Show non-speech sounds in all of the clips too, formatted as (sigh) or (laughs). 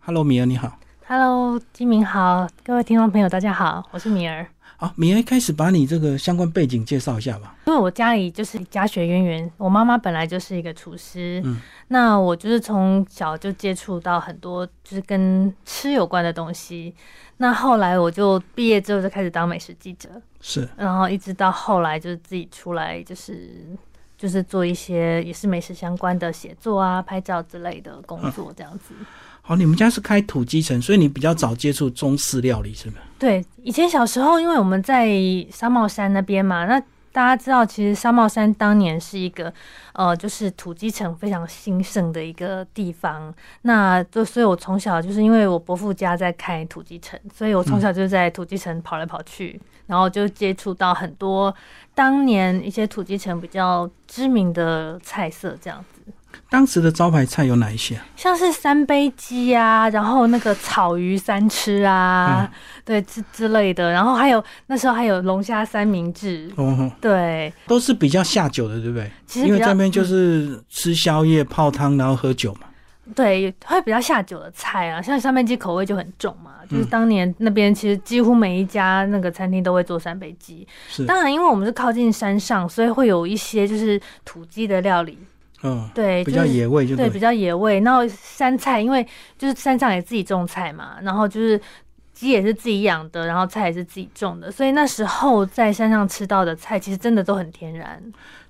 Hello，米儿你好。 Hello，金明好，各位听众朋友，大家好，我是米儿。好，米儿一开始把你这个相关背景介绍一下吧。因为我家里就是家学渊源，我妈妈本来就是一个厨师，嗯那我就是从小就接触到很多就是跟吃有关的东西。那后来我就毕业之后就开始当美食记者，是，然后一直到后来就是自己出来就是。就是做一些也是美食相关的写作啊、拍照之类的工作，这样子。好，你们家是开土鸡城，所以你比较早接触中式料理，是吧？对，以前小时候，因为我们在沙帽山那边嘛，那大家知道，其实沙帽山当年是一个呃，就是土鸡城非常兴盛的一个地方。那就所以，我从小就是因为我伯父家在开土鸡城，所以我从小就在土鸡城跑来跑去，然后就接触到很多当年一些土鸡城比较知名的菜色，这样子。当时的招牌菜有哪一些啊？像是三杯鸡啊，然后那个草鱼三吃啊，嗯对之之类的，然后还有那时候还有龙虾三明治，哦吼，对，都是比较下酒的，对不对？其实因为比较嗯这边就是吃宵夜、泡汤，然后喝酒嘛。对会比较下酒的菜啊，像三杯鸡口味就很重嘛，嗯就是当年那边其实几乎每一家那个餐厅都会做三杯鸡，是，当然因为我们是靠近山上，所以会有一些就是土鸡的料理，嗯，对，比就较是野味就对，对比。较野味。然后山菜，因为就是山上也自己种菜嘛，然后就是鸡也是自己养的，然后菜也是自己种的，所以那时候在山上吃到的菜，其实真的都很天然。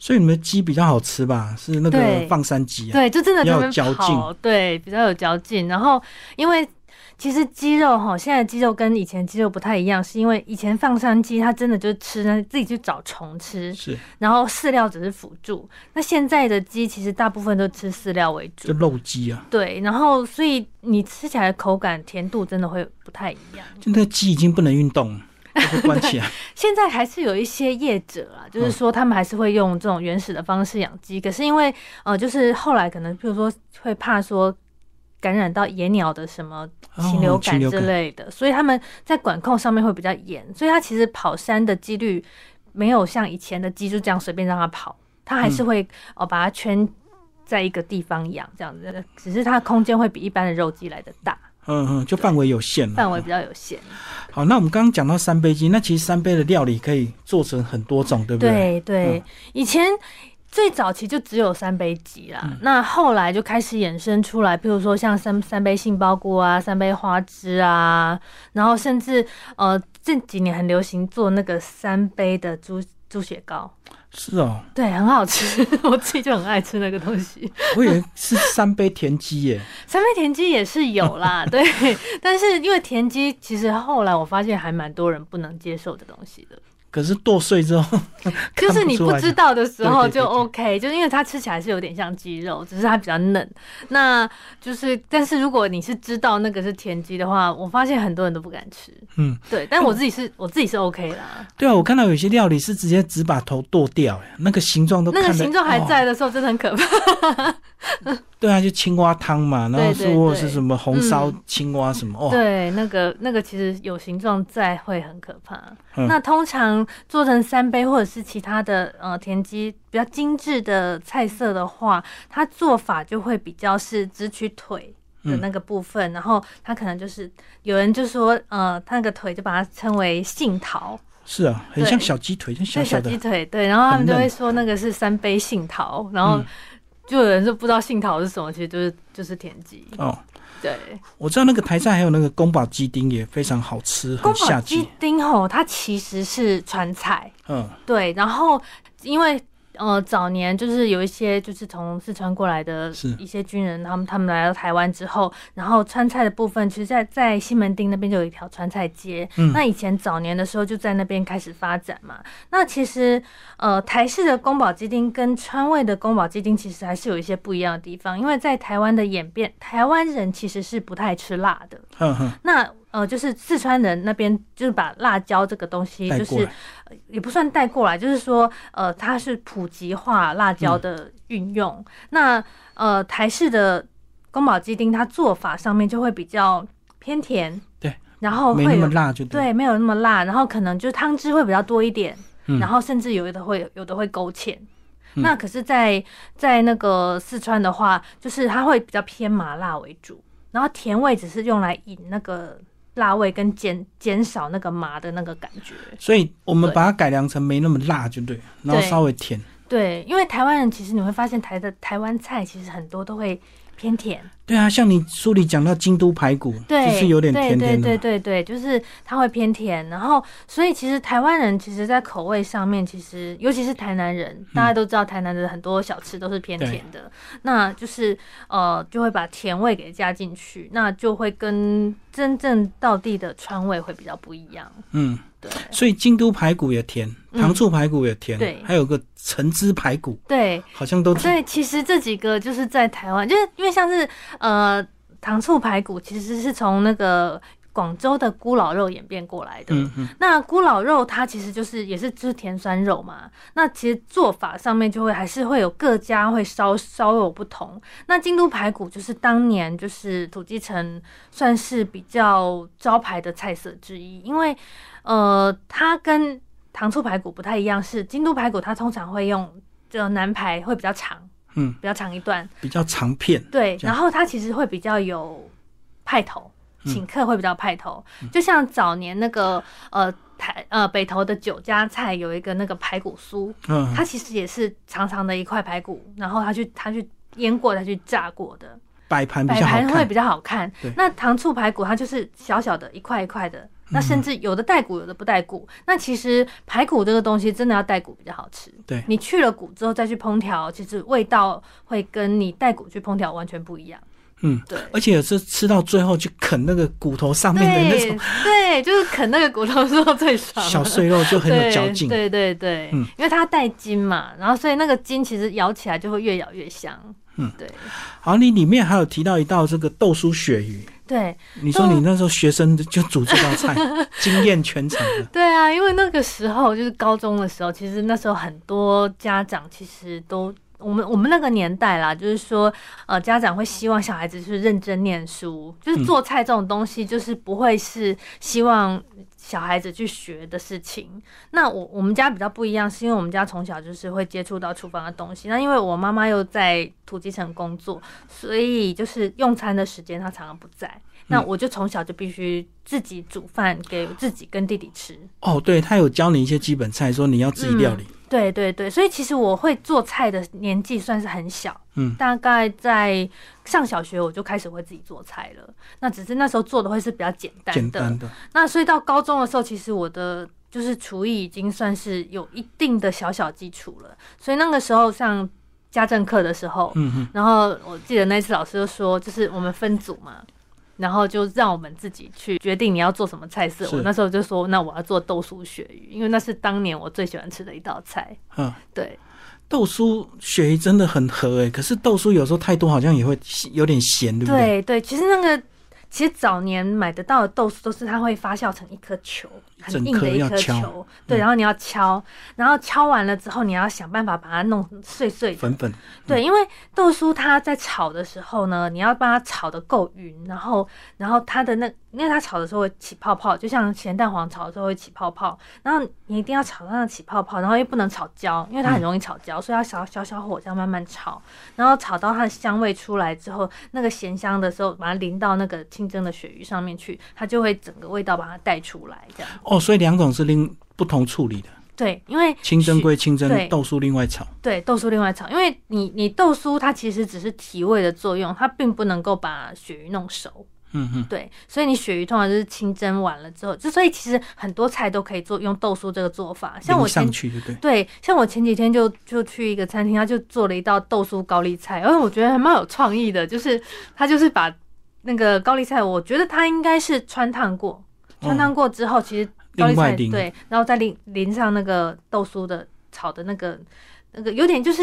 所以你们的鸡比较好吃吧？是那个对放山鸡啊。对，就真的在那边要有嚼跑，对，比较有嚼劲。然后因为其实鸡肉哈，现在的鸡肉跟以前鸡肉不太一样，是因为以前放山鸡，它真的就是吃那自己去找虫吃，是，然后饲料只是辅助。那现在的鸡其实大部分都吃饲料为主就，肉鸡啊。对，然后所以你吃起来的口感甜度真的会不太一样。就那个鸡已经不能运动 (laughs) 了，就关起来。现在还是有一些业者啊，就是说他们还是会用这种原始的方式养鸡，可是因为呃，就是后来可能譬如说会怕说感染到野鸟的什么 (laughs) 禽流哦禽感之类的，所以他们在管控上面会比较严，所以它其实跑山的几率没有像以前的鸡就这样随便让它跑，它还是会、哦把它圈在一个地方养这样子，只是它空间会比一般的肉鸡来的大。嗯嗯，就范围有限了。范围比较有限。好，那我们刚刚讲到三杯鸡，那其实三杯的料理可以做成很多种，对不对？对对，以前。最早期就只有三杯鸡啦，那后来就开始衍生出来，譬如说像三三杯杏鲍菇啊、三杯花枝啊，然后甚至呃这几年很流行做那个三杯的猪猪血糕，是哦，对，很好吃， (laughs) 我自己就很爱吃那个东西。我以为是三杯田鸡耶。 (laughs) 三杯田鸡也是有啦，对，但是因为田鸡其实后来我发现还蛮多人不能接受的东西的。可是剁碎之后， (laughs) 就看是你出不来知道的时候对对对就 OK，就因为它吃起来是有点像鸡肉，只是它比较嫩。那就是，但是如果你是知道那个是田鸡的话，我发现很多人都不敢吃。嗯，对，但我自己是我自己是 OK 啦。对啊，我看到有些料理是直接只把头剁掉，哎那个形状都看那得个形状还在哦的时候真的很可怕。对啊，就青蛙汤嘛，然后对对说或对是什么红烧嗯青蛙什么，哦，对，那个那个其实有形状在会很可怕。嗯那通常做成三杯或者是其他的呃田鸡比较精致的菜色的话，它做法就会比较是只取腿。的嗯那个部分，然后它可能就是有人就说，呃，它那个腿就把它称为杏桃，是啊，很对像小鸡腿，就小对，小小的鸡，腿，对，然后他很们就嫩会说那个是三杯杏桃，然后嗯就有人就不知道杏桃是什么，其实就是就是田鸡，哦，对。我知道那个台菜还有那个宫保鸡丁也非常好吃，宫很保下鸡酒。丁吼，它其实是川菜，嗯，对，然后因为呃早年就是有一些就是从四川过来的是一些军人，他们他们来到台湾之后，然后川菜的部分，其实在在西门町那边就有一条川菜街。嗯那以前早年的时候就在那边开始发展嘛。那其实呃台式的宫保鸡丁跟川味的宫保鸡丁其实还是有一些不一样的地方，因为在台湾的演变，台湾人其实是不太吃辣的。哼哼，那呃，就是四川人那边就是把辣椒这个东西，带就过是来，也不算带过来，就是说，呃，它是普及化辣椒嗯的运用。那呃，台式的宫保鸡丁，它做法上面就会比较偏甜，对，然后没哦会那么有辣就对。对没有那么辣，然后可能就是汤汁会比较多一点，嗯然后甚至有的会有的会勾芡。嗯那可是在，在那个四川的话，就是它会比较偏麻辣为主，然后甜味只是用来引那个辣味跟减减少那个麻的那个感觉。所以我们对把它改良成没那么辣就对了，然后对稍微甜。对，因为台湾人其实你会发现台的台湾菜其实很多都会偏甜，对啊，像你书里讲到京都排骨，对，就是有点甜甜的对嘛。对对对对，就是它会偏甜。然后，所以其实台湾人其实，在口味上面，其实尤其是台南人，嗯大家都知道台南的很多小吃都是偏甜的，那就是呃，就会把甜味给加进去，那就会跟真正到地的川味会比较不一样。嗯，对所以京都排骨也甜，嗯糖醋排骨也甜，对还有个橙汁排骨，对，好像都甜。对，其实这几个就是在台湾，就是因为像是呃糖醋排骨，其实是从那个广州的咕老肉演变过来的。嗯嗯，那咕老肉它其实就是也是就是甜酸肉嘛，那其实做法上面就会还是会有各家会稍稍有不同。那京都排骨就是当年就是土鸡城算是比较招牌的菜色之一，因为呃它跟糖醋排骨不太一样，是京都排骨它通常会用就南排会比较长，嗯，比较长一段，比较长片。对，这样嗯然后它其实会比较有派头，请客会比较派头，就像早年那个呃台呃北投的酒家菜有一个那个排骨酥，嗯，它其实也是长长的一块排骨，然后它去它去腌过，它去炸过的，摆盘比摆较好盘会看。比较好看对。嗯那糖醋排骨它就是小小的一块一块的。那甚至有的带骨，有的不带骨。那其实排骨这个东西真的要带骨比较好吃。对你去了骨之后再去烹调，其实味道会跟你带骨去烹调完全不一样。嗯，对，而且有时候吃到最后去啃那个骨头上面的那对种对，就是啃那个骨头时候最爽，小碎肉，就很有嚼劲。对对对对，嗯因为它带筋嘛，然后所以那个筋其实咬起来就会越咬越香。嗯，对好，你里面还有提到一道这个豆酥鳕鱼，对你说你那时候学生就煮这道 (laughs) 菜，惊艳全场的。对啊，因为那个时候就是高中的时候，其实那时候很多家长其实都。我们我们那个年代啦，就是说，呃，家长会希望小孩子就是认真念书，就是做菜这种东西，就是不会是希望小孩子去学的事情。那我我们家比较不一样，是因为我们家从小就是会接触到厨房的东西。那因为我妈妈又在土鸡城工作，所以就是用餐的时间她常常不在。嗯那我就从小就必须自己煮饭给自己跟弟弟吃。哦，对，他有教你一些基本菜，说你要自己料理。对对对，所以其实我会做菜的年纪算是很小，嗯大概在上小学我就开始会自己做菜了。那只是那时候做的会是比较简单嗯的，简单的，那所以到高中的时候，其实我的就是厨艺已经算是有一定的小小基础了。所以那个时候上家政课的时候，嗯嗯，然后我记得那次老师就说，就是我们分组嘛，然后就让我们自己去决定你要做什么菜色。是我那时候就说，那我要做豆酥鳕鱼，因为那是当年我最喜欢吃的一道菜。嗯，对，豆酥鳕鱼真的很合诶、欸可是豆酥有时候太多好像也会有点咸，对不对？对对，其实那个。其实早年买得到的豆酥都是它会发酵成一颗球，很整硬的颗一要颗敲嗯球，对，然后你要敲，然后敲完了之后，你要想办法把它弄碎碎的，粉粉，对，因为豆酥它在炒的时候呢，你要把它炒的够匀，然后，然后它的那，因为它炒的时候会起泡泡，就像咸蛋黄炒的时候会起泡泡，然后你一定要炒到它起泡泡，然后又不能炒焦，因为嗯它很容易炒焦，所以要小小小火这样慢慢炒，然后炒到它的香味出来之后，那个咸香的时候，把它淋到那个清蒸的鳕鱼上面去，它就会整个味道把它带出来，这样。哦，所以两种是另不同处理的，对，因为清蒸鳕归清蒸对，豆酥另外炒。对，豆酥另外炒，因为你你豆酥它其实只是提味的作用，它并不能够把鳕鱼弄熟。嗯嗯，对，所以你鳕鱼通常就是清蒸完了之后，就所以其实很多菜都可以做用豆酥这个做法。像我淋前上去就对。对，像我前几天就就去一个餐厅，他就做了一道豆酥高丽菜，而且我觉得还蛮有创意的，就是他就是把那个高丽菜，我觉得它应该是穿烫过，哦穿烫过之后，其实高丽另外菜淋对，然后再淋淋上那个豆酥的炒的那个那个，有点就是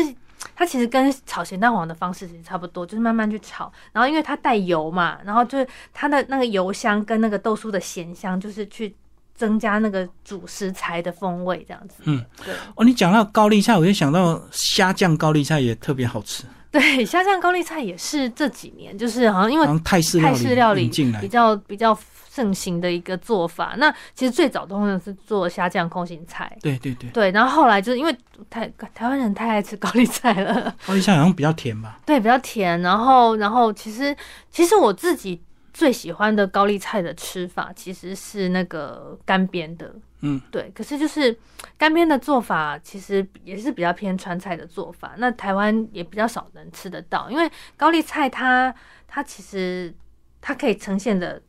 它其实跟炒咸蛋黄的方式其实差不多，就是慢慢去炒，然后因为它带油嘛，然后就是它的那个油香跟那个豆酥的咸香，就是去。增加那个主食材的风味，这样子。嗯，对。哦，你讲到高丽菜，我就想到虾酱高丽菜也特别好吃，对， (laughs) 虾酱高丽菜也是这几年，就是好像因好为像泰式泰料理式料理引进来比。较比较盛行的一个做法。那其实最早通常是做虾酱空心菜，对对对，对，然后后来就是因为台台湾人太爱吃高丽菜了，高丽菜好像比较甜吧？对，比较甜。然后，然后其实其实我自己最喜欢的高丽菜的吃法其实是那个干煸的，嗯，对。可是就是干煸的做法其实也是比较偏川菜的做法，那台湾也比较少能吃得到，因为高丽菜它它其实它可以呈现的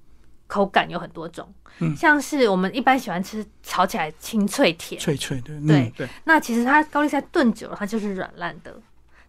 口感有很多种，嗯像是我们一般喜欢吃炒起来清脆甜，脆脆的，嗯对对，那其实它高丽菜炖久了，它就是软烂的。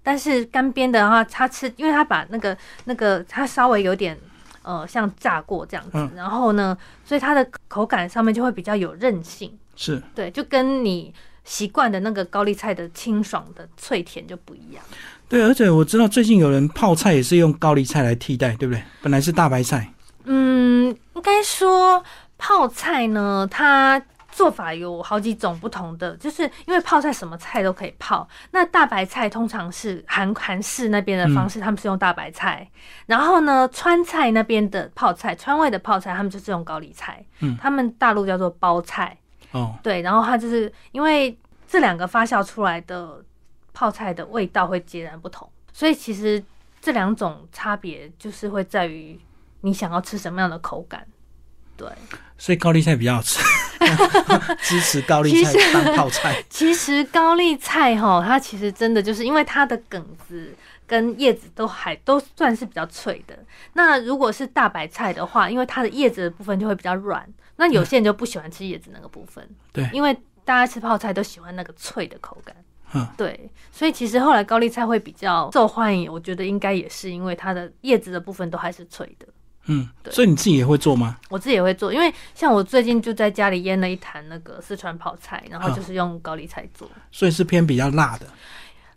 但是干煸的话，它吃，因为它把那个那个它稍微有点呃像炸过这样子，嗯然后呢，所以它的口感上面就会比较有韧性，是。对，就跟你习惯的那个高丽菜的清爽的脆甜就不一样。对，而且我知道最近有人泡菜也是用高丽菜来替代，对不对？本来是大白菜，嗯，应该说泡菜呢，它做法有好几种不同的，就是因为泡菜什么菜都可以泡。那大白菜通常是韩韩式那边的方式，他们是用大白菜。然后呢，川菜那边的泡菜，川味的泡菜，他们就是用高丽菜。嗯他们大陆叫做包菜。哦，对，然后它就是因为这两个发酵出来的泡菜的味道会截然不同，所以其实这两种差别就是会在于你想要吃什么样的口感。对，所以高丽菜比较好吃， (laughs) 支持高丽菜其当泡菜。其实高丽菜哈，它其实真的就是因为它的梗子跟叶子都还都算是比较脆的。那如果是大白菜的话，因为它的叶子的部分就会比较软，那有些人就不喜欢吃叶子那个部分，对因为大家吃泡菜都喜欢那个脆的口感。嗯，对，所以其实后来高丽菜会比较受欢迎，我觉得应该也是因为它的叶子的部分都还是脆的。嗯，对所以你自己也会做吗？我自己也会做，因为像我最近就在家里腌了一坛那个四川泡菜，然后就是用高丽菜做。所以是偏比较辣的，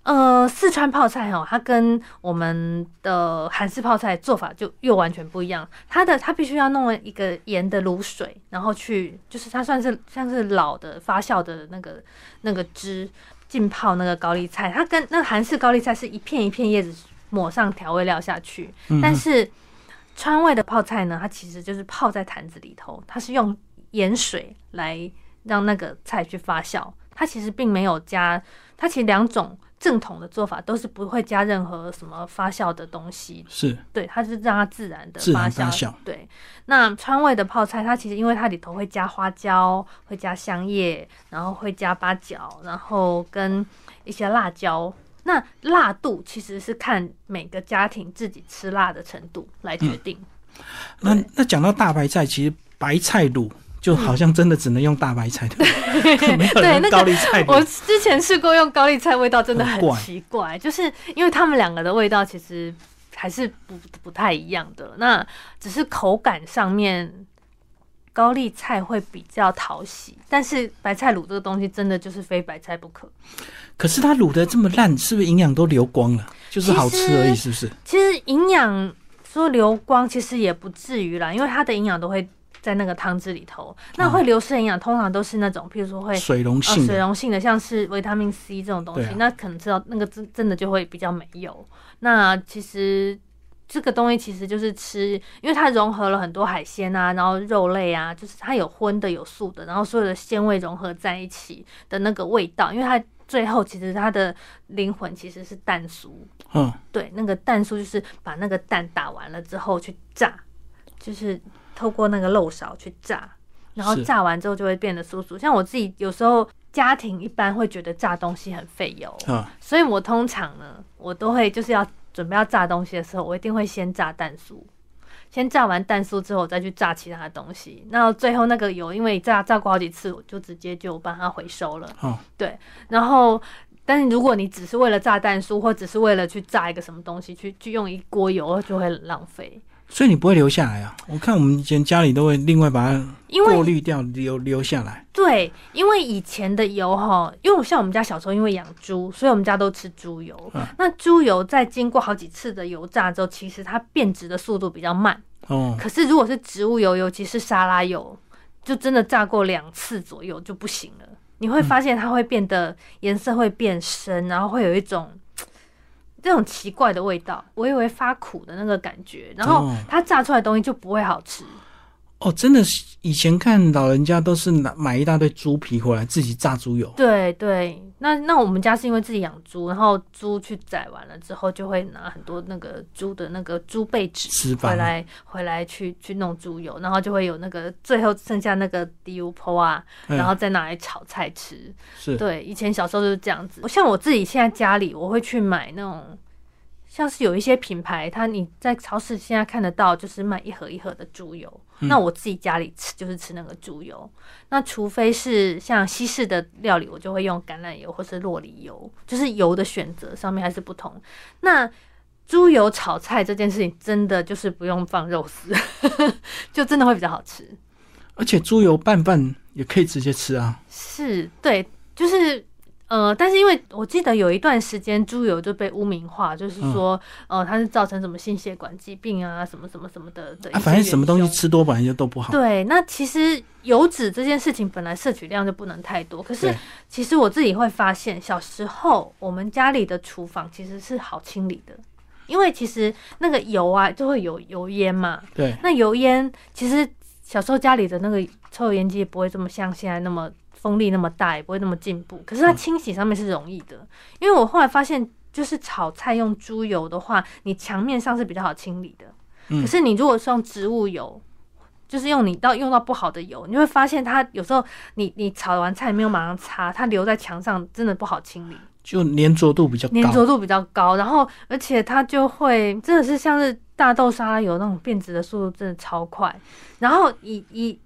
呃，四川泡菜哦，它跟我们的韩式泡菜做法就又完全不一样。它的它必须要弄一个盐的卤水，然后去就是它算是像是老的发酵的那个那个汁浸泡那个高丽菜。它跟那韩式高丽菜是一片一片叶子抹上调味料下去，嗯但是川味的泡菜呢，它其实就是泡在坛子里头，它是用盐水来让那个菜去发酵。它其实并没有加，它其实两种正统的做法都是不会加任何什么发酵的东西，是对，它是让它自然的自发然酵。发酵对，那川味的泡菜，它其实因为它里头会加花椒，会加香叶，然后会加八角，然后跟一些辣椒。那辣度其实是看每个家庭自己吃辣的程度来嗯决定。那对那讲到大白菜，其实白菜卤就好像真的只能用大白菜，对不对 (laughs) 没有对人那用个高丽菜我卤。之前试过用高丽菜，味道真的很很怪奇怪，就是因为他们两个的味道其实还是不不太一样的。那只是口感上面，高丽菜会比较讨喜，但是白菜卤这个东西真的就是非白菜不可。可是它卤的这么烂，是不是营养都流光了？就是好吃而已，是不是？其实营养说流光，其实也不至于啦，因为它的营养都会在那个汤汁里头。那嗯会流失的营养，通常都是那种，譬如说会水溶呃性水的，溶性的，像是维他命 C 这种东西，对啊那可能知道那个真真的就会比较没有。那其实这个东西其实就是吃，因为它融合了很多海鲜啊，然后肉类啊，就是它有荤的有素的，然后所有的鲜味融合在一起的那个味道，因为它最后其实它的灵魂其实是蛋酥，嗯，对，那个蛋酥就是把那个蛋打完了之后去炸，就是透过那个漏勺去炸，然后是炸完之后就会变得酥酥。像我自己有时候家庭一般会觉得炸东西很费油，啊，所以我通常呢，我都会就是要准备要炸东西的时候，我一定会先炸蛋酥。先炸完蛋酥之后，我再去炸其他的东西。那最后那个油，因为炸炸过好几次，我就直接就把它回收了。好、然后，但是如果你只是为了炸弹酥，或只是为了去炸一个什么东西，去去用一锅油，就会很浪费。所以你不会留下来啊？我看我们以前家里都会另外把它因过为滤掉，留留下来。对，因为以前的油哈，因为我像我们家小时候因为养猪，所以我们家都吃猪油。嗯那猪油在经过好几次的油炸之后，其实它变质的速度比较慢。哦，可是如果是植物油，尤其是沙拉油，就真的炸过两次左右就不行了。你会发现它会变得颜色会变深，然后会有一种嘖这种奇怪的味道，微微发苦的那个感觉。然后哦它炸出来的东西就不会好吃。哦，真的是以前看老人家都是拿买一大堆猪皮回来自己榨猪油，对对，那那我们家是因为自己养猪，然后猪去宰完了之后，就会拿很多那个猪的那个猪背脂脂肪回来回来去去弄猪油，然后就会有那个最后剩下那个迪乌坡啊，嗯然后再拿来炒菜吃。是对，以前小时候就是这样子。像我自己现在家里，我会去买那种。像是有一些品牌，它你在超市现在看得到，就是卖一盒一盒的猪油。那我自己家里吃就是吃那个猪油，那除非是像西式的料理，我就会用橄榄油或是洛梨油，就是油的选择上面还是不同。那猪油炒菜这件事情，真的就是不用放肉丝， (laughs) 就真的会比较好吃。而且猪油拌饭也可以直接吃啊。是对，就是呃，但是因为我记得有一段时间猪油就被污名化，就是嗯说、呃，它是造成什么心血管疾病啊，什么什么什么的的、啊，反正什么东西。吃多本来就都不好。对，那其实油脂这件事情本来摄取量就不能太多，可是对其实我自己会发现，小时候我们家里的厨房其实是好清理的，因为其实那个油啊就会有油烟嘛，对那油烟其实小时候家里的那个抽油烟机也不会这么像现在那么风力那么大，也不会那么进步。可是它清洗上面是容易的，因为我后来发现，就是炒菜用猪油的话，你墙面上是比较好清理的。嗯可是你如果是用植物油，就是用你到用到不好的油，你会发现它有时候你你炒完菜没有马上擦，它留在墙上真的不好清理。就粘着度比较粘高。着度比较高，然后而且它就会真的是像是大豆沙拉油那种变质的速度真的超快。然后以以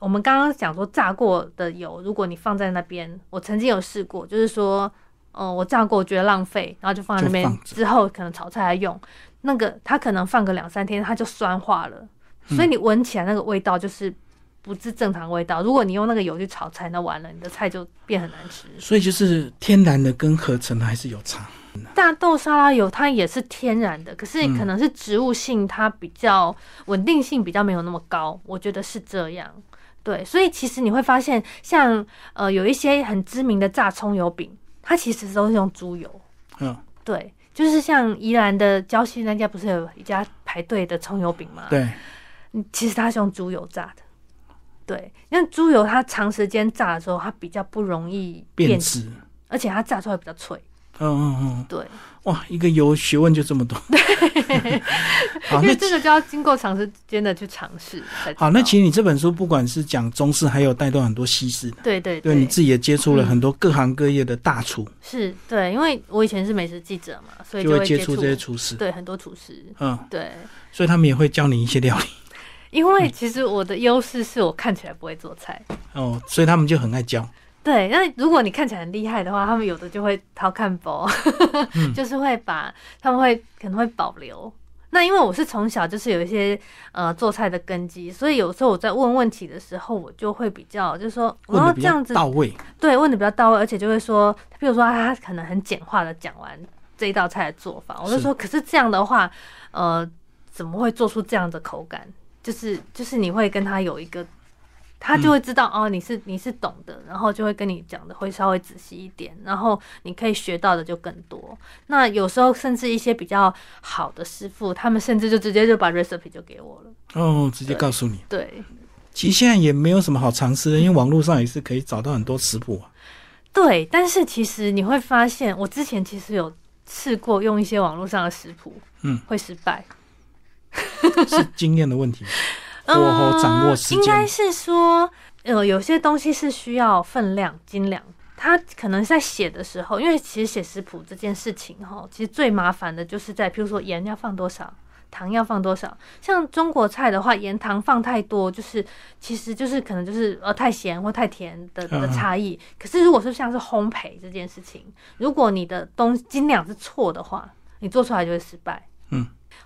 我们刚刚讲说炸过的油，如果你放在那边，我曾经有试过，就是说，嗯、我炸过我觉得浪费，然后就放在那就边放着之后可能炒菜来用，那个它可能放个两三天它就酸化了，嗯所以你闻起来那个味道就是。不是正常味道。如果你用那个油去炒菜，那完了，你的菜就变很难吃。所以就是天然的跟合成的还是有差。大豆沙拉油它也是天然的，可是可嗯能是植物性，它比较稳定性比较没有那么高，我觉得是这样。对，所以其实你会发现像，呃有一些很知名的炸葱油饼，它其实都是用猪油。嗯，对，就是像宜兰的礁溪那家不是有一家排队的葱油饼吗？对，嗯，其实它是用猪油炸的。对，因为猪油它长时间炸的时候，它比较不容易变质，质。而且它炸出来比较脆。嗯嗯嗯，对，哇，一个有学问就这 (laughs) 么多。好，那因为哎这个就要经过长时间的去尝试才知道。好，那其实你这本书不管是讲中式，还有带动很多西式的，对对对，你自己也接触了很多各行各业的大厨，是对，因为我以前是美食记者嘛，所以就会会接触触这些厨师。对很多厨师。嗯，对，所以他们也会教你一些料理 (laughs) 因为嗯其实我的优势是我看起来不会做菜。哦，所以他们就很爱教。对，那如果你看起来很厉害的话，他们有的就会掏看包，嗯 (laughs) 就是会把他们会可能会保留。那因为我是从小就是有一些呃做菜的根基，所以有时候我在问问题的时候，我就会比较就是说我问要的哦这比样较子到位，对，问的比较到位，而且就会说，比如说他可能很简化的讲完这一道菜的做法，我就是说，可是这样的话，呃，怎么会做出这样的口感？就是就是你会跟他有一个，他就会知道、哦，你是你是懂的，然后就会跟你讲的会稍微仔细一点，然后你可以学到的就更多。那有时候甚至一些比较好的师傅，他们甚至就直接就把 recipe 就给我了。哦，直接告诉你。对其实现在也没有什么好尝试的，因为网络上也是可以找到很多食谱啊。对，但是其实你会发现，我之前其实有试过用一些网络上的食谱，嗯，会失败。是经验的问 (laughs) 题，火候掌握时嗯应该间。是说，呃，有些东西是需要分量、斤两。他可能在写的时候，因为其实写食谱这件事情哈，其实最麻烦的就是在，譬如说盐要放多少，糖要放多少。像中国菜的话，盐糖放太多，就是其实就是可能就是呃太咸或太甜的的嗯差异。可是如果是像是烘焙这件事情，如果你的东斤两是错的话，你做出来就会失败。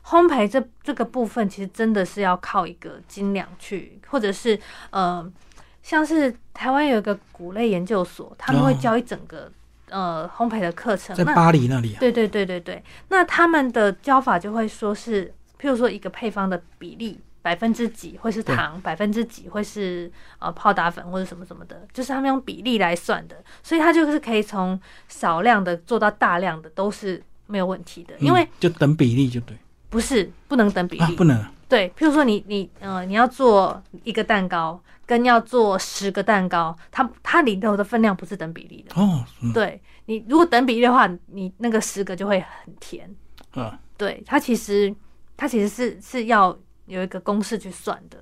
烘焙这这个部分，其实真的是要靠一个精良去，或者是呃，像是台湾有一个谷类研究所，他们会哦教一整个、呃烘焙的课程。在那巴黎那里啊，对对对对对，那他们的教法就会说是，譬如说一个配方的比例。百分之几会是对糖，百分之几会是呃泡打粉或者什么什么的，就是他们用比例来算的，所以它就是可以从少量的做到大嗯量的都是没有问题的，因为嗯就等比例就对不是不能等比例，啊，不能啊对，譬如说你你呃你要做一个蛋糕，跟要做十个蛋糕，它它里头的分量不是等比例的。哦，嗯对你如果等比例的话，你那个十个就会很甜。啊，对，它其实它其实是是要有一个公式去算的。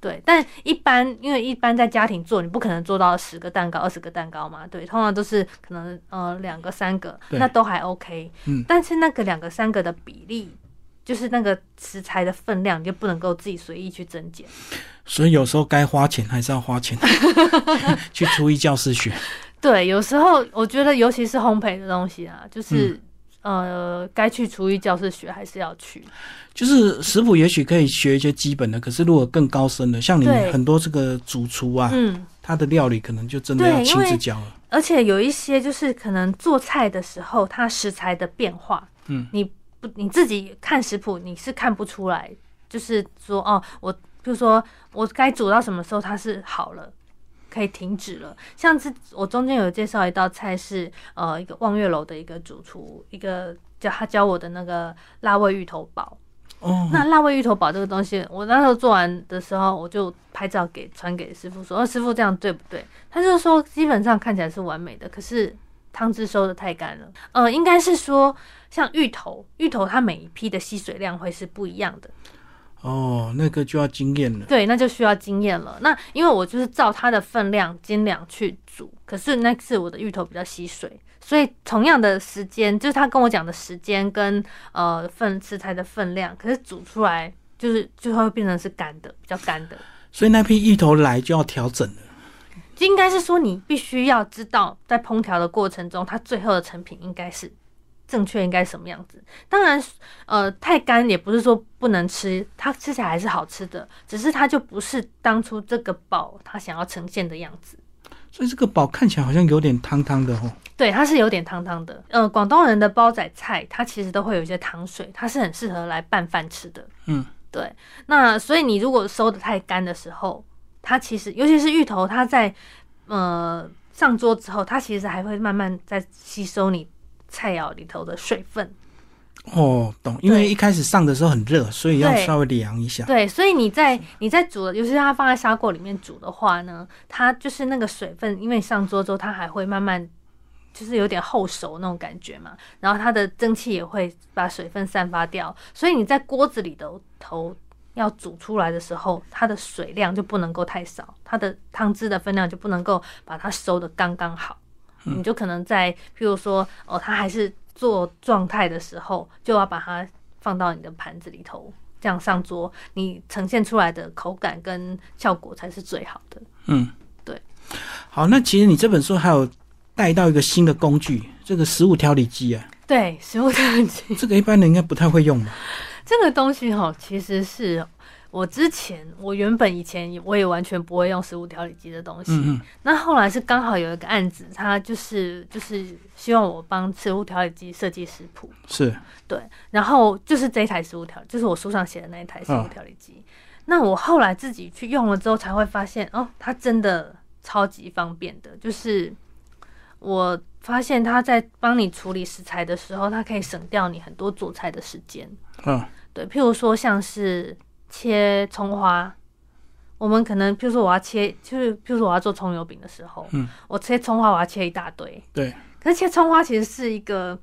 对，但一般因为一般在家庭做，你不可能做到十个蛋糕、二十个蛋糕嘛。对，通常都是可能呃两个、三个，对那都还 OK。嗯但是那个两个、三个的比例，就是那个食材的分量，你就不能够自己随意去增减。所以有时候该花钱还是要花 (laughs) 钱，去厨艺教师学。对，有时候我觉得，尤其是烘焙的东西啊，就是、嗯呃，该去厨艺教室学还是要去。就是食谱也许可以学一些基本的，可是如果更高深的，像你对很多这个主厨啊，嗯，他的料理可能就真的要对因亲为自教了。而且有一些就是可能做菜的时候，它食材的变化，嗯，你不你自己看食谱你是看不出来，就是说哦，我比如说我该煮到什么时候它是好了。可以停止了。像是我中间有介绍一道菜是呃一个望月楼的一个主厨，一个叫他教我的那个辣味芋头煲。哦，那辣味芋头煲这个东西，我那时候做完的时候，我就拍照给传给师傅说，哦，师傅这样对不对？他就说基本上看起来是完美的，可是汤汁收的太干了。呃，应该是说像芋头，芋头它每一批的吸水量会是不一样的，哦，那个就要经验了。对，那就需要经验了。那因为我就是照它的分量斤两去煮，可是那次我的芋头比较吸水，所以同样的时间，就是他跟我讲的时间跟呃份食材的分量，可是煮出来就是就会变成是干的，比较干的。所以那批芋头来就要调整了。就应该是说你必须要知道，在烹调的过程中，它最后的成品应该是正确，应该什么样子。当然，呃，太干也不是说不能吃，它吃起来还是好吃的，只是它就不是当初这个煲它想要呈现的样子。所以这个煲看起来好像有点汤汤的哦。对，它是有点汤汤的。呃，广东人的煲仔菜，它其实都会有一些糖水，它是很适合来拌饭吃的。嗯，对。那所以你如果收的太干的时候，它其实尤其是芋头，它在呃上桌之后，它其实还会慢慢在吸收你菜肴里头的水分。哦，懂，因为一开始上的时候很热，所以要对稍微凉一下。对，所以你在你在煮的，尤其是它放在砂锅里面煮的话呢，它就是那个水分，因为上桌之后它还会慢慢。就是有点后熟那种感觉嘛，然后它的蒸汽也会把水分散发掉，所以你在锅子里头头要煮出来的时候，它的水量就不能够太少，它的汤汁的分量就不能够把它收的刚刚好，你就可能在譬如说哦，它还是做状态的时候，就要把它放到你的盘子里头，这样上桌，你呈现出来的口感跟效果才是最好的。嗯，对。好，那其实你这本书还有带到一个新的工具，这个食物调理机啊，对，食物调理机 (laughs) 这个一般人应该不太会用吧？这个东西哈，其实是我之前我原本以前我也完全不会用食物调理机的东西，嗯嗯，那后来是刚好有一个案子，他就是就是希望我帮食物调理机设计食谱，是对，然后就是这一台食物调，就是我书上写的那一台食物调理机。那我后来自己去用了之后，才会发现哦，它真的超级方便的。就是我发现它在帮你处理食材的时候，它可以省掉你很多做菜的时间。啊，对，譬如说像是切葱花，我们可能譬如说我要切，就是譬如说我要做葱油饼的时候，嗯，我切葱花我要切一大堆，对，可是切葱花其实是一个，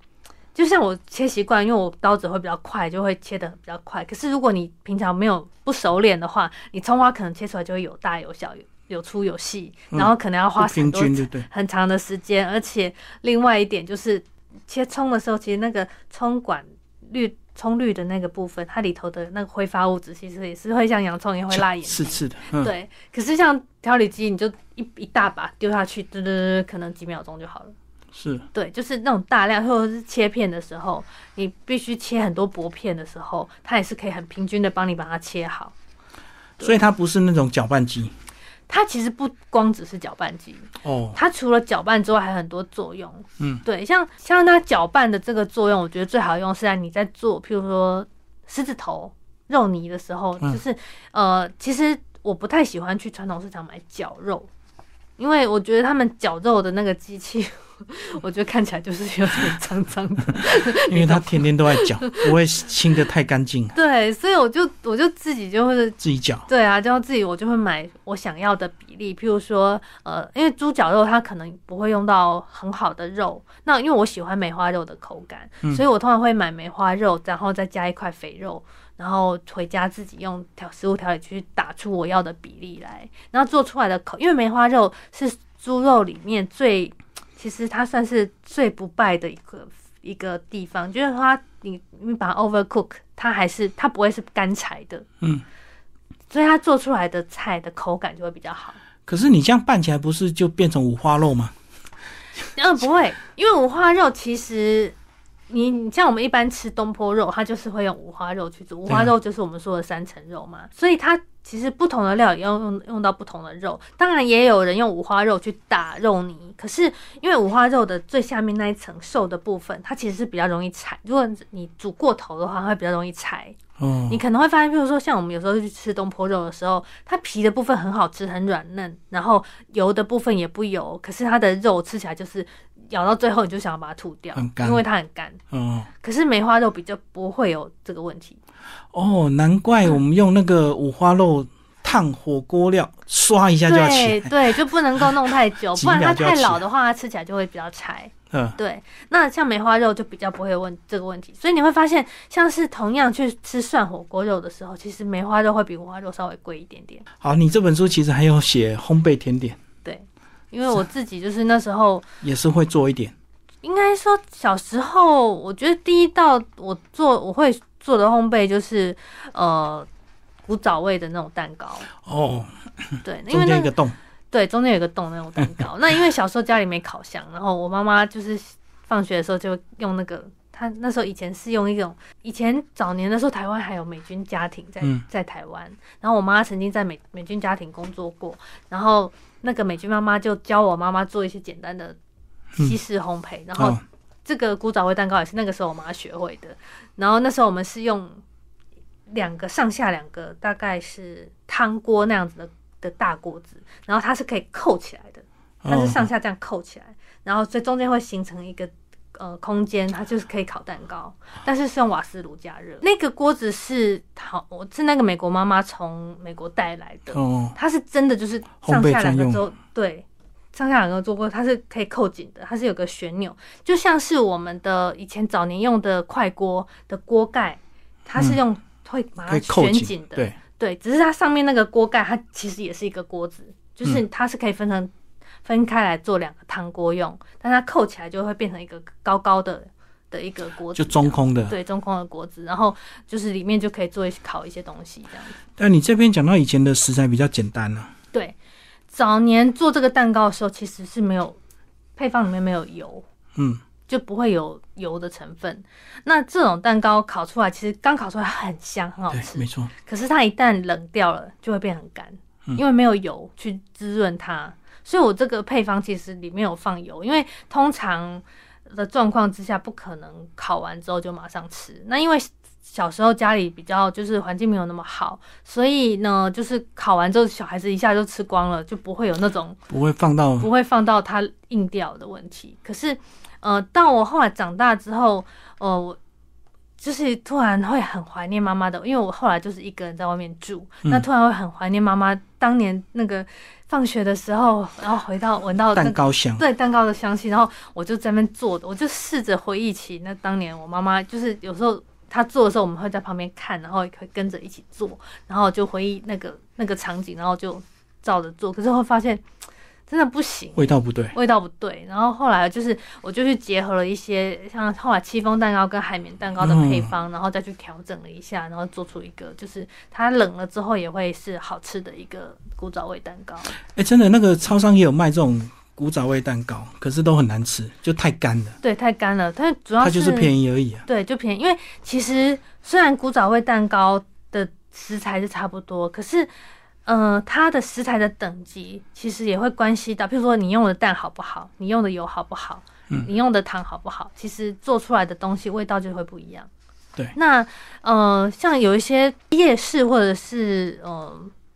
就像我切习惯，因为我刀子会比较快，就会切的比较快。可是如果你平常没有不熟练的话，你葱花可能切出来就会有大有小，有有粗有细，嗯然后可能要花不很平多均，对不对？很长的时间。而且另外一点就是切葱的时候，其实那个葱管绿。葱绿的那个部分，它里头的那个挥发物质，其实也是会像洋葱一样会辣眼睛。刺刺的，嗯，对，可是像调理机，你就一一大把丢下去，嘟嘟嘟，可能几秒钟就好了。是对，就是那种大量或者是切片的时候，你必须切很多薄片的时候，它也是可以很平均的帮你把它切好。所以它不是那种搅拌机它其实不光只是搅拌机，哦，它除了搅拌之外，还有很多作用。嗯，对，像像它搅拌的这个作用，我觉得最好用是在你在做，譬如说狮子头肉泥的时候，嗯就是呃，其实我不太喜欢去传统市场买绞肉，因为我觉得他们绞肉的那个机器 (laughs) 我觉得看起来就是有点脏脏的。因为他天天都在搅， (laughs) 不会清的太干净，对，所以我就我就自己就会自己搅。对啊，就要自己我就会买我想要的比例，譬如说，呃，因为猪脚肉它可能不会用到很好的肉，那因为我喜欢梅花肉的口感，所以我通常会买梅花肉，然后再加一块肥肉，然后回家自己用调食物调理去打出我要的比例来，然后做出来的口，因为梅花肉是猪肉里面最，其实它算是最不败的一个一个地方，就是它你你把它 overcook，它还是它不会是干柴的，嗯，所以它做出来的菜的口感就会比较好。可是你这样拌起来不是就变成五花肉吗？嗯，不会，因为五花肉其实你你像我们一般吃东坡肉，它就是会用五花肉去做，五花肉就是我们说的三层肉嘛，所以它其实不同的料也要用用到不同的肉，当然也有人用五花肉去打肉泥，可是因为五花肉的最下面那一层瘦的部分，它其实是比较容易柴，如果你煮过头的话，它会比较容易柴。哦你，可能会发现，譬如说像我们有时候去吃东坡肉的时候，它皮的部分很好吃，很软嫩，然后油的部分也不油，可是它的肉吃起来就是咬到最后你就想要把它吐掉很，干因为它很干。哦，可是梅花肉比较不会有这个问题，哦，难嗯怪我们用那个五花肉烫火锅料，刷一下就要对起来。对，就不能够弄太 (laughs) 久，几不然它秒就要太起老来的话，它吃起来就会比较柴。嗯，对，那像梅花肉就比较不会问这个问题，所以你会发现，像是同样去吃涮火锅肉的时候，其实梅花肉会比五花肉稍微贵一点点。好，你这本书其实还有写烘焙甜点，对，因为我自己就是那时候也是会做一点。应该说小时候，我觉得第一道我做我会做的烘焙就是呃古早味的那种蛋糕，哦，对，因为中间那一个洞，对中间有一个洞那种蛋糕。那因为小时候家里没烤箱，然后我妈妈就是放学的时候就用那个。她那时候以前是用一种，以前早年的时候，台湾还有美军家庭在嗯在台湾，然后我妈曾经在美美军家庭工作过，然后那个美军妈妈就教我妈妈做一些简单的西式烘焙，然后哦，这个古早味蛋糕也是那个时候我妈学会的。然后那时候我们是用两个上下两个大概是汤锅那样子的的大锅子，然后它是可以扣起来的，它是上哦，下这样扣起来，然后所以中间会形成一个。呃，空间它就是可以烤蛋糕，但是是用瓦斯炉加热。那个锅子是好，我是那个美国妈妈从美国带来的，哦，它是真的就是上下两个州，对，上下两个州过，它是可以扣紧的，它是有个旋钮，就像是我们的以前早年用的快锅的锅盖，它是用、会把嗯可它以扣旋紧紧，的，对，对，只是它上面那个锅盖，它其实也是一个锅子，就是嗯它是可以分成、分开来做两个汤锅用，但它扣起来就会变成一个高高的的一个锅子，就中。空的。对中空的锅子，然后就是里面就可以做一些烤一些东西这样子。但你这边讲到以前的食材比较简单了、对，早年做这个蛋糕的时候，其实是没有配方里面没有油，嗯，就不会有油的成分。那这种蛋糕烤出来，其实刚烤出来很香，很好对，吃没。错，可是它一旦冷掉了，就会变很干，嗯因为没有油去滋润它。所以我这个配方其实里面有放油，因为通常的状况之下不可能烤完之后就马上吃。那因为小时候家里比较就是环境没有那么好，所以呢，就是烤完之后小孩子一下就吃光了，就不会有那种不会放到不会放到它硬掉的问题。可是，呃，到我后来长大之后，呃，我就是突然会很怀念妈妈的，因为我后来就是一个人在外面住，嗯那突然会很怀念妈妈当年那个放学的时候，然后回到闻到那蛋个。糕香。对蛋糕的香气，然后我就在那边做的，我就试着回忆起那当年我妈妈，就是有时候她做的时候，我们会在旁边看，然后也会跟着一起做，然后就回忆那个那个场景，然后就照着做，可是会发现真的 (laughs) 不行，味道不对，味道不对。然后后来就是，我就去结合了一些像后来戚风蛋糕跟海绵蛋糕的配方，然后再去调整了一下，然后做出一个就是它冷了之后也会是好吃的一个古早味蛋糕。哎，真的，那个超商也有卖这种古早味蛋糕，可是都很难吃，就太干了。对，太干了，但主要它就是宜。便宜而已啊。对，就便宜，因为其实虽然古早味蛋糕的食材是差不多，可是。呃，它的食材的等级其实也会关系到，譬如说你用的蛋好不好，你用的油好不好，嗯你用的糖好不好，其实做出来的东西味道就会不一样。对那呃，像有一些夜市或者是呃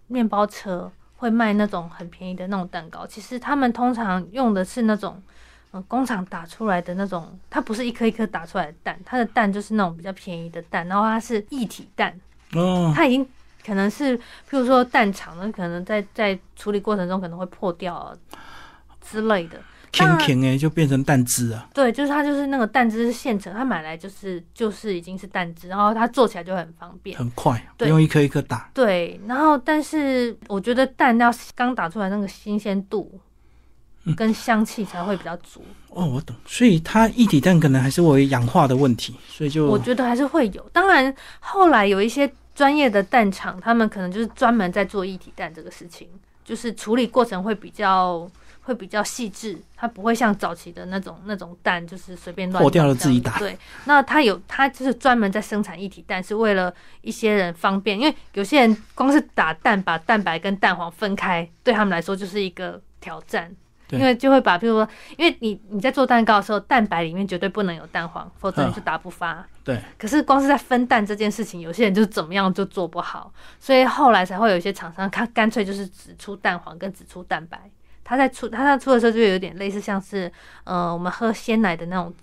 面包车会卖那种很便宜的那种蛋糕，其实他们通常用的是那种呃工厂打出来的那种，它不是一颗一颗打出来的蛋，它的蛋就是那种比较便宜的蛋，然后它是一体蛋，哦，它已经可能是，譬如说蛋厂的，可能在在处理过程中可能会破掉啊之类的。甜甜哎，就变成蛋汁啊，对，就是它就是那个蛋汁是现成，它买来就是就是已经是蛋汁，然后它做起来就很方便。很快，不对用一颗一颗打。对，然后但是我觉得蛋要刚打出来那个新鲜度跟香气才会比较足，哦，我懂，所以它一体蛋可能还是我氧化的问题，所以我就觉得还是会有。当然后来有一些专业的蛋厂，他们可能就是专门在做一体蛋这个事情，就是处理过程会比较。会比较细致，它不会像早期的那种那种蛋，就是随便乱破掉了这样自己子打对，那它有它就是专门在生产一体蛋，是为了一些人方便，因为有些人光是打蛋，把蛋白跟蛋黄分开，对他们来说就是一个挑战。对因为就会把，譬如说，因为你你在做蛋糕的时候，蛋白里面绝对不能有蛋黄，否则你就打不发。嗯对，可是光是在分蛋这件事情，有些人就是怎么样就做不好，所以后来才会有一些厂商他干脆就是只出蛋黄跟只出蛋白。他在出他在出的时候就有点类似像是呃我们喝鲜奶的那种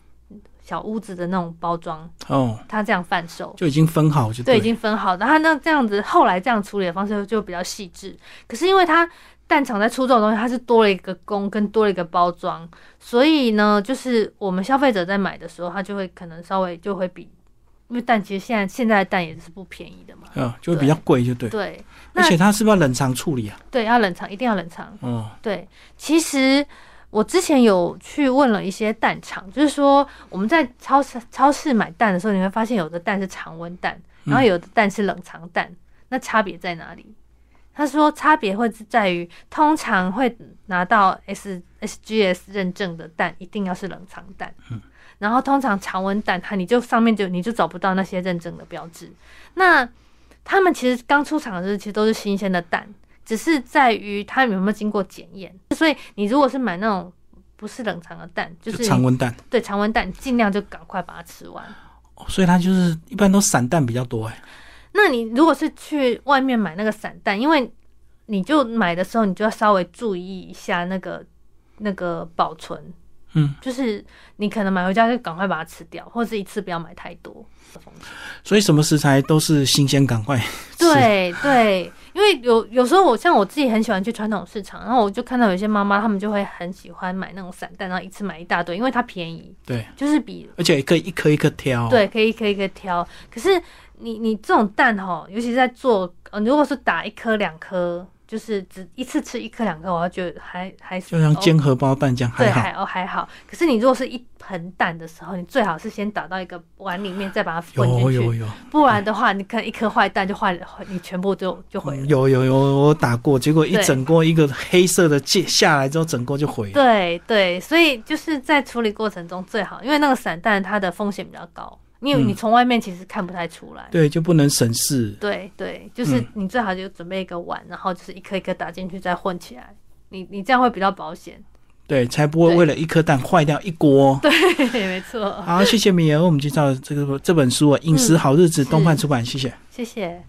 小屋子的那种包装，哦，他这样贩售。就已经分好就对对，已了，经分好。然后那这样子，后来这样处理的方式就比较细致。可是因为它蛋厂在出这种东西，它是多了一个工跟多了一个包装，所以呢，就是我们消费者在买的时候，它就会可能稍微就会比，因为蛋其实现在现在的蛋也是不便宜的嘛。嗯，就会比较贵就对。对那而且它是不是要冷藏处理啊？对，要冷藏，一定要冷藏。哦，对，其实我之前有去问了一些蛋厂，就是说我们在超市超市买蛋的时候，你会发现有的蛋是常温蛋，然后有的蛋是冷藏蛋，那差别在哪里？他说差别会是在于，通常会拿到 S SGS 认证的蛋一定要是冷藏蛋，然后通常常温蛋它你就上面就你就找不到那些认证的标志。那他们其实刚出厂的时候其实都是新鲜的蛋，只是在于它有没有经过检验。所以你如果是买那种不是冷藏的蛋，就就是常温蛋，对常温蛋，尽量就赶快把它吃完。哦所以它就是一般都散蛋比较多哎。那你如果是去外面买那个散蛋，因为你就买的时候，你就要稍微注意一下那个那个保存，嗯，就是你可能买回家就赶快把它吃掉，或者是一次不要买太多。所以什么食材都是新鲜，赶快 (laughs) 吃。对对，因为有有时候我像我自己很喜欢去传统市场，然后我就看到有些妈妈她们就会很喜欢买那种散蛋，然后一次买一大堆，因为它便宜，对，就是比而且可以一颗一颗挑。，哦对，可以可以可以挑。可是你你这种蛋哈，尤其是在做，呃，如果是打一颗两颗，就是只一次吃一颗两颗，我还觉得还还是就像哦煎荷包蛋这样对还好，还哦还好。可是你如果是一盆蛋的时候，你最好是先打到一个碗里面，再把它混有进去，有嗯有不然的话，你可能一颗坏蛋就坏了，你全部就就毁了。有有有，我打过，结果一对整锅一个黑色的芥下来之后，整锅就毁了。对对，所以就是在处理过程中最好，因为那个散蛋它的风险比较高，因嗯为你从外面其实看不太出来。对，就不能省事。对对，就是嗯你最好就准备一个碗，然后就是一颗一颗打进去再混起来，你你这样会比较保险。 (laughs) 对，才不会对为了一颗蛋坏掉一锅。对，没错，好，谢谢米儿为我们介绍这个这本书啊，《饮食好日子》，嗯东汉出版，谢谢。谢谢。